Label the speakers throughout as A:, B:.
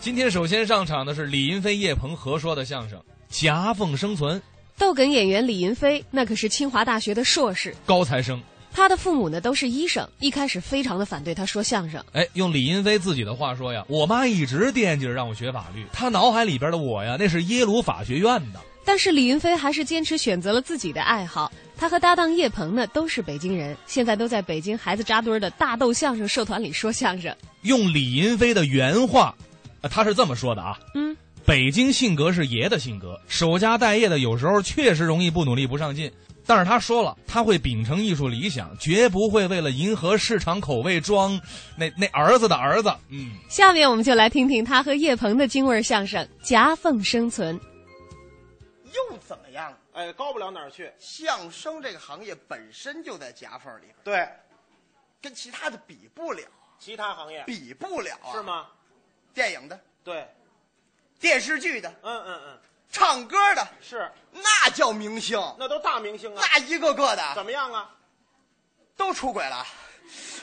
A: 今天首先上场的是李云飞、叶鹏合说的相声《夹缝生存》，
B: 逗哏演员李云飞那可是清华大学的硕士，
A: 高材生。
B: 他的父母呢都是医生，一开始非常的反对他说相声。
A: 哎，用李云飞自己的话说呀，我妈一直惦记着让我学法律，她脑海里边的我呀，那是耶鲁法学院的。
B: 但是李云飞还是坚持选择了自己的爱好。他和搭档叶鹏呢都是北京人，现在都在北京孩子扎堆儿的大逗相声社团里说相声。
A: 用李云飞的原话，呃他是这么说的啊，
B: 嗯，
A: 北京性格是爷的性格，守家待业的有时候确实容易不努力不上进，但是他说了，他会秉承艺术理想，绝不会为了迎合市场口味装那那儿子的儿子。嗯，
B: 下面我们就来听听他和叶鹏的京味儿相声《夹缝生存》。
C: 又怎么样？
D: 哎，高不了哪儿去。
C: 相声这个行业本身就在夹缝里边，
D: 对，
C: 跟其他的比不了，
D: 其他行业
C: 比不了、啊，
D: 是？吗？
C: 电影的、
D: 对，
C: 电视剧的、
D: 嗯嗯嗯，
C: 唱歌的，
D: 是，
C: 那叫明星，
D: 那都大明星啊。
C: 那一个个
D: 怎
C: 的
D: 么样啊？
C: 都出轨了，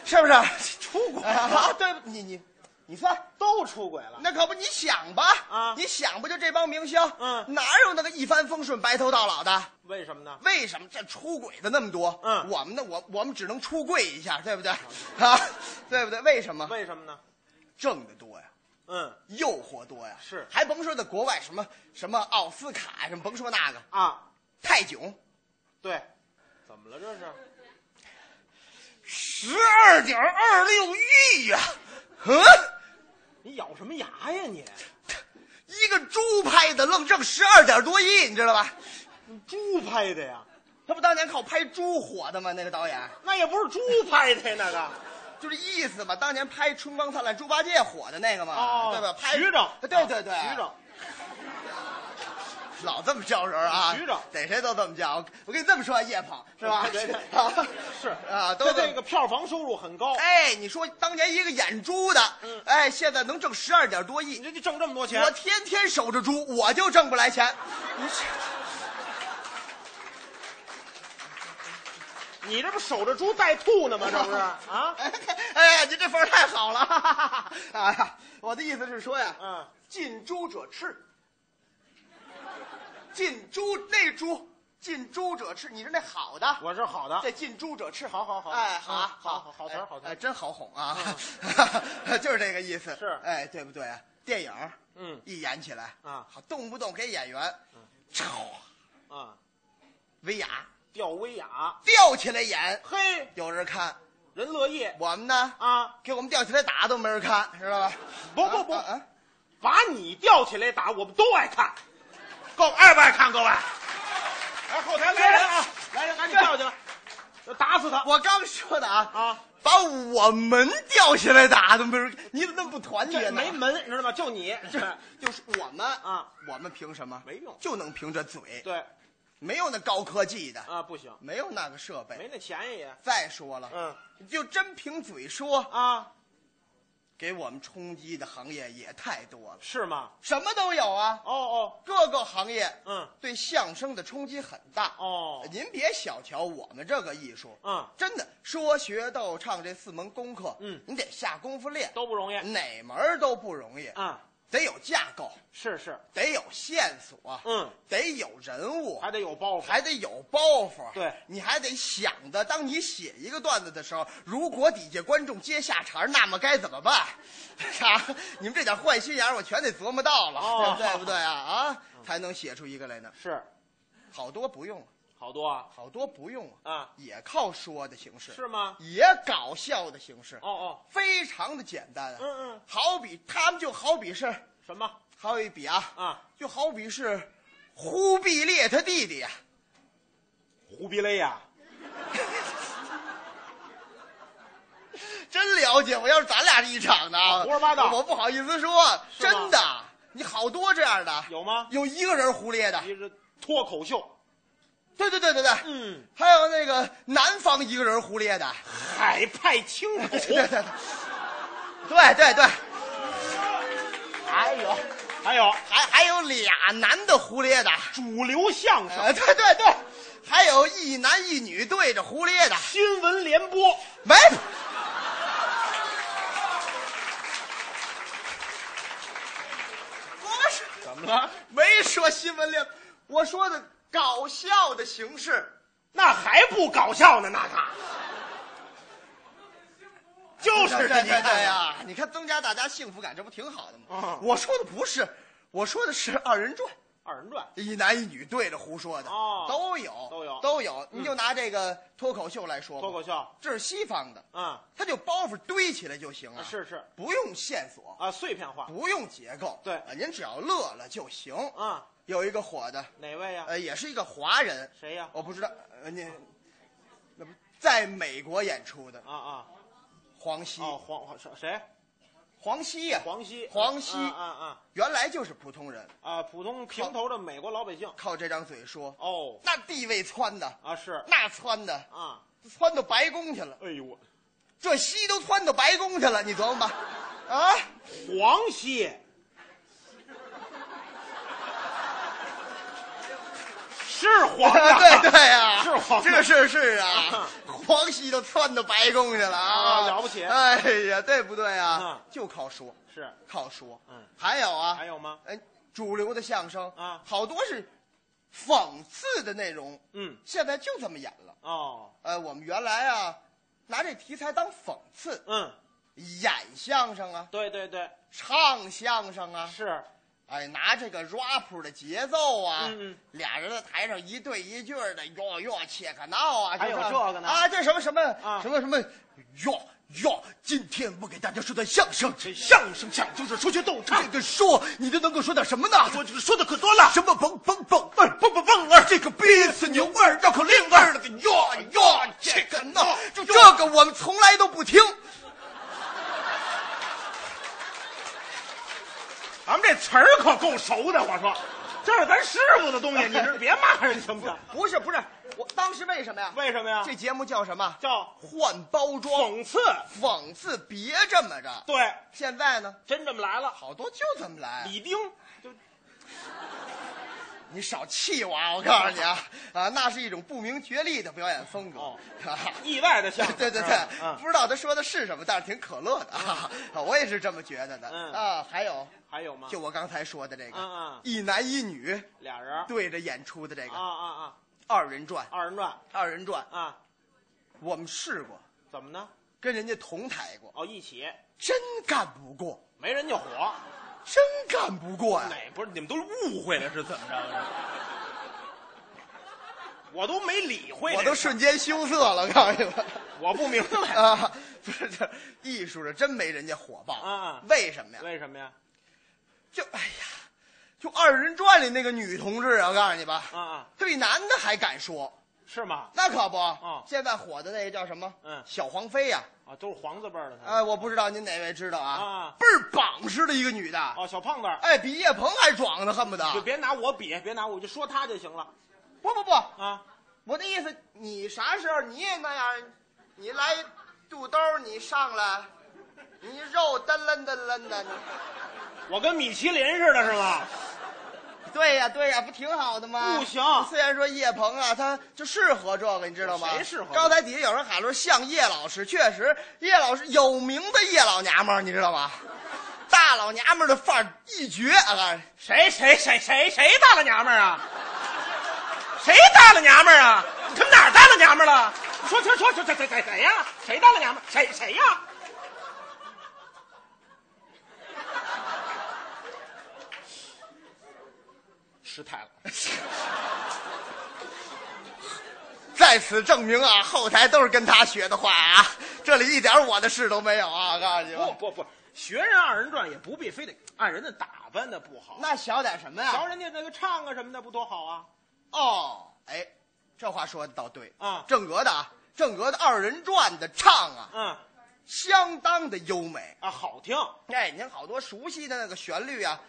C: 是不是？出轨
D: 啊
C: 啊？对，你你你算。
D: 都出轨了。
C: 那可不，你想吧，
D: 啊
C: 你想不就这帮明星，
D: 嗯
C: 哪有那个一帆风顺、白头到老的？
D: 为什么呢？
C: 为什么这出轨的那么多？
D: 嗯
C: 我们呢，我我们只能出柜一下，对不对？啊，对不对？为什么？
D: 为什么呢？
C: 挣的多呀，
D: 嗯
C: 诱惑多呀，
D: 是
C: 还甭说在国外什么什么奥斯卡什么，甭说那个
D: 啊，
C: 泰囧，
D: 对，怎么了这是？
C: 十二点二六亿呀、嗯，
D: 你咬什么牙呀你？
C: 一个猪拍的愣挣十二点多亿，你知道吧？
D: 你猪拍的呀？
C: 他不当年靠拍猪火的吗？那个导演
D: 那也不是猪拍的呀， 那
C: 啊
D: 个。
C: 就是意思嘛，当年拍《春光灿烂猪八戒》火的那个嘛，
D: 哦
C: 对吧？拍啊
D: 徐峥啊
C: 对对对，
D: 徐峥，
C: 老这么叫人啊，
D: 徐峥
C: 逮谁都这么叫。我我跟你这么说啊，叶鹏是吧？
D: 对对
C: 啊
D: 对， 是
C: 啊，都
D: 他
C: 这
D: 这个票房收入很高，
C: 哎，你说当年一个演猪的，
D: 嗯
C: 哎，现在能挣十二点多亿
D: 你，这就挣这么多钱
C: 我，天天守着猪，我就挣不来钱。你这
D: 你这不守着猪带兔呢吗？这 不是啊？
C: 哎哎，您这法儿太好了， 哈哈哈哈啊！我的意思是说呀，
D: 嗯，
C: 近朱者赤，近朱那猪，近朱者赤，你是那好的，
D: 我是好的，
C: 这近朱者赤，
D: 好好好
C: 哎，好啊
D: 嗯好好好词儿
C: 哎
D: 好词儿嗯
C: 哎真好哄啊， 就是这个意思，
D: 是
C: 哎，对不对啊？电影，
D: 嗯
C: 一演起来
D: 啊嗯
C: 好动不动给演员，唰，
D: 啊，
C: 威亚
D: 吊威亚，
C: 吊起来演，
D: 嘿，
C: 有人看，
D: 人乐意
C: 我们呢，
D: 啊，
C: 给我们吊起来打都没人看，知道吧？
D: 不不不
C: 啊啊啊
D: 把你吊起来打，我们都爱看，够爱不爱看？各位，哎，后台来人啊，来人，赶紧吊起来，要打死他！
C: 我刚说的啊
D: 啊，
C: 把我们吊起来打都没人，你怎么那么不团结
D: 这
C: 呢？
D: 没门，你知道吗？就 你，这
C: 就是我们
D: 啊，
C: 我们凭什么？
D: 没用
C: 就能凭着嘴，
D: 对
C: 没有那高科技的，
D: 啊，不行，
C: 没有那个设备
D: 没，那钱也，
C: 再说了，
D: 嗯
C: 就真凭嘴说，
D: 啊，
C: 给我们冲击的行业也太多了，
D: 是吗？
C: 什么都有啊，
D: 哦哦，
C: 各个行业，
D: 嗯，
C: 对相声的冲击很大。
D: 哦
C: 您别小瞧我们这个艺术，
D: 嗯
C: 真的说学逗唱这四门功课，
D: 嗯
C: 你得下功夫练，
D: 都不容易
C: 哪门儿都不容易，
D: 啊，
C: 得有架构，
D: 是是，
C: 得有线索，
D: 嗯，
C: 得有人物，
D: 还得有包袱，
C: 还得有包袱，
D: 对
C: 你还得想的。当你写一个段子的时候，如果底下观众接下茬儿，那么该怎么办？ 啥？你们这点坏心眼儿，我全得琢磨到了，
D: 哦
C: 对不对啊？啊，才能写出一个来呢。
D: 是
C: 好多不用，
D: 好多啊，
C: 好多不用
D: 啊
C: 也靠说的形式，
D: 是吗？
C: 也搞笑的形式，
D: 哦哦，
C: 非常的简单啊。
D: 嗯嗯，
C: 好比他们就好比是，
D: 什么
C: 好比比啊，
D: 啊？
C: 就好比是忽必烈他弟弟呀、啊
D: 忽必烈呀？
C: 真了解，我要是咱俩是一场的啊，
D: 胡说八道
C: 我不好意思说，
D: 是吗
C: 真的，你好多这样的，
D: 有吗？
C: 有一个人胡咧的，
D: 你这脱口秀，
C: 对对对对对，
D: 嗯，哦
C: 还有那个南方一个人胡咧的，
D: 海派青口
C: 对，对对，对对对，还有
D: 还有
C: 还还有俩男的胡 咧的，
D: 主流相声、
C: 呃，对对对，还有一男一女对着胡咧的，
D: 新闻联播，
C: 没。
D: 么了？
C: 没说新闻联，我说的搞笑的形式。
D: 那还不搞笑呢？那个，就是的，
C: 对对
D: 你看
C: 对哎呀，你看增加大家幸福感，这不挺好的吗？
D: 嗯
C: 我说的不是，我说的是二人转，
D: 二人转，
C: 一男一女对着胡说的，
D: 哦
C: 都有，
D: 都有嗯
C: 都有。你就拿这个脱口秀来说吧，
D: 脱口秀，
C: 这是西方的，
D: 嗯，
C: 它就包袱堆起来就行了，
D: 啊是是，
C: 不用线索，
D: 啊，碎片化，
C: 不用结构，
D: 对
C: 啊您只要乐了就行。
D: 啊，
C: 有一个火的，
D: 哪位呀？
C: 呃，也是一个华人，
D: 谁呀？
C: 我不知道，呃，你，那不在美国演出的
D: 啊啊，
C: 黄西，
D: 哦，黄黄谁谁？
C: 黄西呀、
D: 黄西，
C: 黄西
D: 啊啊
C: 原来就是普通人，
D: 啊，啊，普通平头的美国老百姓。
C: 靠这张嘴说，
D: 哦，
C: 那地位窜的，
D: 啊是，
C: 那窜的，
D: 啊，
C: 窜到白宫去了，
D: 哎呦我，
C: 这西都窜到白宫去了，你琢磨吧，啊，
D: 黄西，是黄 的，
C: 啊对对呀、
D: 是黄的
C: 这是是啊，黄西都窜到白宫去了啊，
D: 啊了不起
C: 哎呀，对不对啊
D: 嗯？
C: 就靠说，
D: 是，
C: 靠说，
D: 嗯，
C: 还有啊，
D: 还有吗？
C: 哎，主流的相声
D: 啊
C: 好多是讽刺的内容，
D: 嗯，
C: 现在就这么演了。
D: 哦，
C: 呃，我们原来啊，拿这题材当讽刺，
D: 嗯，
C: 演相声啊，
D: 对对对，
C: 唱相声啊，
D: 是，
C: 哎，拿这个 rap 的节奏啊，
D: 嗯嗯
C: 俩人在台上一对一句儿的哟哟切克闹啊，
D: 还有
C: 就是
D: 这个呢
C: 啊，这什么什么、
D: 啊
C: 什么什么哟哟，今天我给大家说的相声。
D: 这相声讲究是说学逗唱
C: 这，个说，你都能够说点什么呢？
D: 说这个说的可多了，
C: 什么蹦蹦蹦味儿，
D: 蹦蹦蹦儿，哎
C: 这个憋死牛味儿，绕口令味儿了个呀呀，这个呢，这个我们从来都不听。
D: 咱们这词儿可够熟的，我说，这是咱师傅的东西，你这别骂人行不行？
C: 不是不是，我当时为什么呀？
D: 为什么呀？
C: 这节目叫什么？
D: 叫
C: 换包装，
D: 讽刺，
C: 讽刺别这么着。
D: 对，
C: 现在呢，
D: 真这么来了，
C: 好多就这么来。
D: 李丁就
C: 你少气我啊！我告诉你啊，啊，那是一种不明觉厉的表演风格。
D: 哦
C: 啊
D: 意外的相 声，
C: 对对
D: 是吧
C: 对，
D: 嗯，
C: 不知道他说的是什么，但是挺可乐的啊！ 我也是这么觉得的
D: 嗯
C: 啊。还有，
D: 还有吗？
C: 就我刚才说的这个，
D: 嗯嗯
C: 一男一女
D: 俩人儿，
C: 对着演出的这个、
D: 啊啊啊，
C: 二人转，
D: 二人转
C: 二人转，
D: 啊，
C: 我们试过，
D: 怎么呢？
C: 跟人家同台过，
D: 哦，一起
C: 真干不过，
D: 没人就火，
C: 真干不过呀、
D: 哪不是你们都误会了是怎么着？ 我都呃没理会这事，
C: 我都瞬间羞涩了，我告诉你们。
D: 我不明 白
C: 啊，不是这艺术这真没人家火爆
D: 啊
C: 为什么呀？
D: 为什么呀？
C: 就哎呀，就二人转里那个女同志啊，我告诉你吧，
D: 啊啊，
C: 她比男的还敢说，
D: 是吗？
C: 那可不。
D: 嗯
C: 现在火的那个叫什么？
D: 嗯
C: 小黄飞呀、
D: 啊，都是黄字辈儿的，他
C: 哎，我不知道您哪位知道啊
D: 啊，
C: 倍儿膀实的一个女的，
D: 哦，小胖子儿，
C: 哎，比叶鹏还壮呢，恨不得。
D: 就别拿我比，别拿我，我就说他就行了
C: 不不不，
D: 啊。
C: 我的意思，你啥时候你也那样？你来肚兜，你上来，你肉噔楞噔楞的。
D: 我跟米其林似的，是吗？
C: 对呀、对呀、不挺好的吗？
D: 不行
C: 虽然说叶鹏啊，他就适合这个，你知道吗？
D: 谁适合
C: 刚才底下有人喊说像叶老师，确实，叶老师有名的叶老娘们儿，你知道吗？大老娘们儿的范儿一绝啊！
D: 谁谁谁谁谁大了娘们儿啊？谁大了娘们儿啊？你他妈哪儿大了娘们儿了？你说说说说谁谁谁谁呀？谁大了娘们儿？谁谁呀？失态了，
C: 在此证明啊，后台都是跟他学的话啊，这里一点我的事都没有啊！我告诉你
D: 不
C: 们，
D: 不不，学人二人转也不必非得按人家打扮的不好，
C: 那小点什么呀
D: 瞧人家那个唱啊什么的不多好啊？
C: 哦，哎，这话说的倒对
D: 啊
C: 正格的啊，正格的二人转的唱啊，
D: 嗯
C: 相当的优美。
D: 啊，好听，
C: 哎，您好多熟悉的那个旋律啊，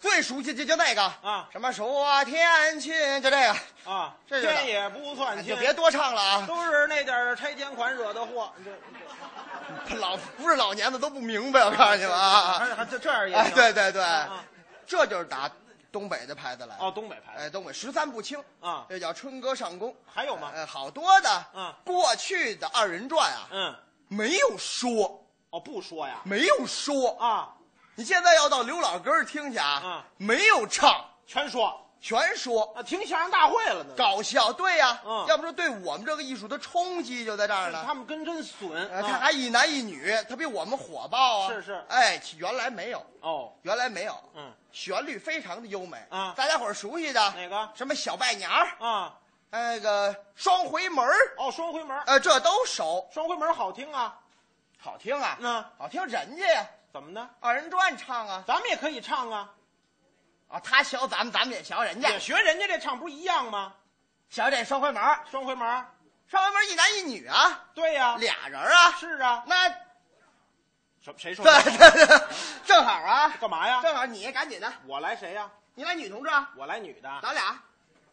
C: 最熟悉就就那个
D: 啊
C: 什么说天去，就这个，
D: 啊，
C: 这就的
D: 天也不算
C: 哎
D: 亲，
C: 就别多唱了啊，
D: 都是那点儿拆迁款惹的祸。你这
C: 老不是老年的都不明白，我告诉你们 啊，
D: 还还这这样也
C: 哎，
D: 行
C: 对对对
D: 啊，
C: 这就是打东北的牌子来的
D: 哦，。东北牌
C: 哎，
D: 子
C: 东北十三不清
D: 啊
C: 这叫春歌上宫，
D: 还有吗
C: 哎，好多的，
D: 嗯
C: 过去的二人转啊，
D: 嗯，
C: 没有说，
D: 哦，不说呀
C: 没有说，
D: 啊，
C: 你现在要到刘老根儿听去啊
D: 啊，
C: 没有唱，
D: 全说
C: 全说
D: 啊，听相声大会了呢。
C: 搞笑。对呀、
D: 嗯
C: 要不说对我们这个艺术的冲击就在这儿呢。
D: 他们跟真损。
C: 呃，他
D: 啊
C: 还一男一女，他比我们火爆啊！
D: 是是
C: 哎，其原来没有，
D: 哦，
C: 原来没有，
D: 嗯，
C: 旋律非常的优美
D: 啊
C: 大家伙儿熟悉的
D: 哪个
C: 什么小拜年儿，
D: 啊，
C: 那个双回门儿，
D: 哦，双回门，
C: 呃，这都熟，
D: 双回门好听啊。
C: 好听啊，
D: 嗯
C: 好听人家呀，
D: 怎么呢？
C: 二人转唱啊，
D: 咱们也可以唱啊，
C: 啊，他学咱们，咱们也学人家
D: 也，学人家这唱，不是一样吗？
C: 学这双回门儿，
D: 双回门，
C: 双回门儿一男一女啊，
D: 对呀、
C: 俩人儿啊，
D: 是啊，
C: 那
D: 什么谁说
C: 对
D: 的？
C: 对对，正好啊，
D: 干嘛呀？
C: 正好你赶紧的，
D: 我来谁呀、
C: 你来女同志啊，
D: 我来女的，
C: 咱俩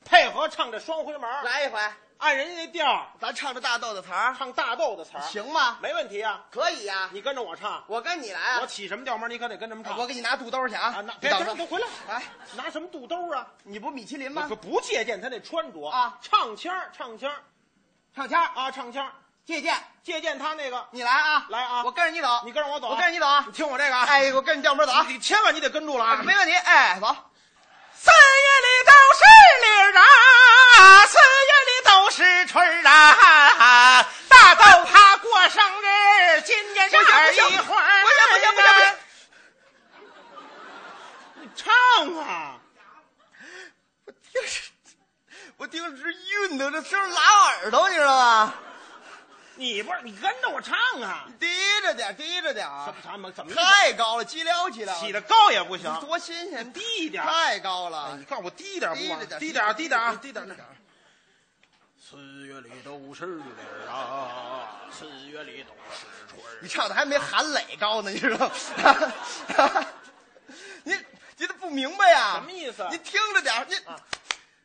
D: 配合唱这双回门，
C: 来一回，
D: 按人家那调儿
C: 咱唱着大豆的词儿。
D: 唱大豆的词儿，，
C: 行吗？
D: 没问题啊。
C: 啊可以呀、
D: 你跟着我唱，
C: 我跟你来啊
D: 我。起什么调门，你可得跟着我们唱。
C: 我给你拿肚兜去啊！
D: 啊，那
C: 你
D: 别
C: 等
D: 别
C: 着
D: 别，回来，
C: 哎，
D: 拿什么肚兜啊？
C: 你不米其林
D: 我
C: 吗
D: 可？不借鉴他那穿着
C: 啊
D: 唱腔儿唱腔儿
C: 唱腔儿，
D: 啊，唱腔儿
C: 借鉴，
D: 借鉴他那个，
C: 你来啊！
D: 来啊
C: 我跟着你走，
D: 你跟着我走啊，
C: 我跟着你走啊！
D: 你听我这个啊，
C: 哎，我跟你调门走啊！
D: 你千万你得跟住了啊，
C: 没问题，哎，走。三月里都是梨儿啊，四月里都是春儿啊，大豆它过生日，今年
D: 这儿一
C: 不行
D: 会儿
C: 不行不行不行！
D: 你唱啊，
C: 我听着，我听着这晕的，这声儿拉耳朵，你知道吗？
D: 你不是你跟着我唱啊，
C: 低着点，低着点儿，
D: 怎么怎么怎么
C: 太高了，激撩激撩，
D: 起的高也不行，
C: 多新鲜，
D: 低一点儿。
C: 太高了
D: 你，看我低一点不
C: 低着点
D: 完，
C: 儿，
D: 低点儿低点儿啊
C: 低点儿，低点儿。
D: 四月里都是梨儿啊，四月里都是春儿。
C: 你唱的还没韩磊高呢，你知道吗？ 你你都不明白呀？
D: 什么意思啊
C: 你听着点儿，你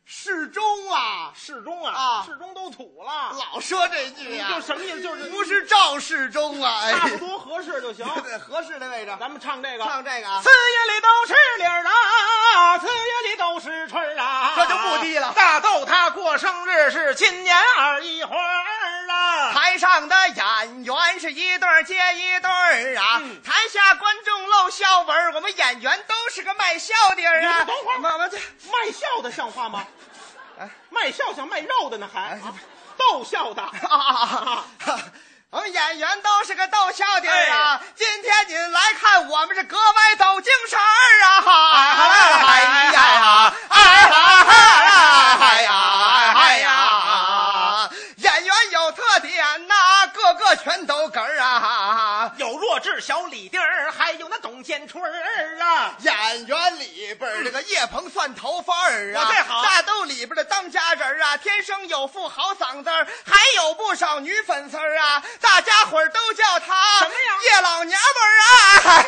C: 适中啊，
D: 适中啊，
C: 啊
D: 适中都土了，
C: 老说这句
D: 嗯就
C: 呀，
D: 什么意思？就是
C: 不是赵世忠啊，哎
D: 差不多合适就行。
C: 对，合适的位置，
D: 咱们唱这个，
C: 唱这个啊
D: 四。月里都是梨儿啊，四月里都是春儿啊，
C: 这就不低了
D: 大豆它过生日是今年二一花儿啊，
C: 台上的演员是一对儿接一对儿啊，
D: 嗯
C: 台下观众露笑纹儿，我们演员都是个卖笑的人啊。
D: 你等会儿
C: 慢慢去。
D: 卖笑的像话吗？
C: 哎
D: 卖笑像卖肉的呢，还
C: 哎
D: 啊逗笑的。
C: 啊，我们演员都是个逗笑的儿啊！今天您来看我们是格外抖精神儿啊！哎呀呀，哎呀哎呀哎呀！演员有特点呐、个个全都哏儿啊！
D: 有弱智小李丁儿，还有那董建春儿啊，
C: 演员里边儿这个叶鹏蒜头范儿啊，
D: 我这好
C: 大豆里边的当家人儿啊，天生有副好嗓子儿，还有不少女粉丝儿啊，大家伙儿都叫他
D: 什么呀
C: 叶老娘们儿啊！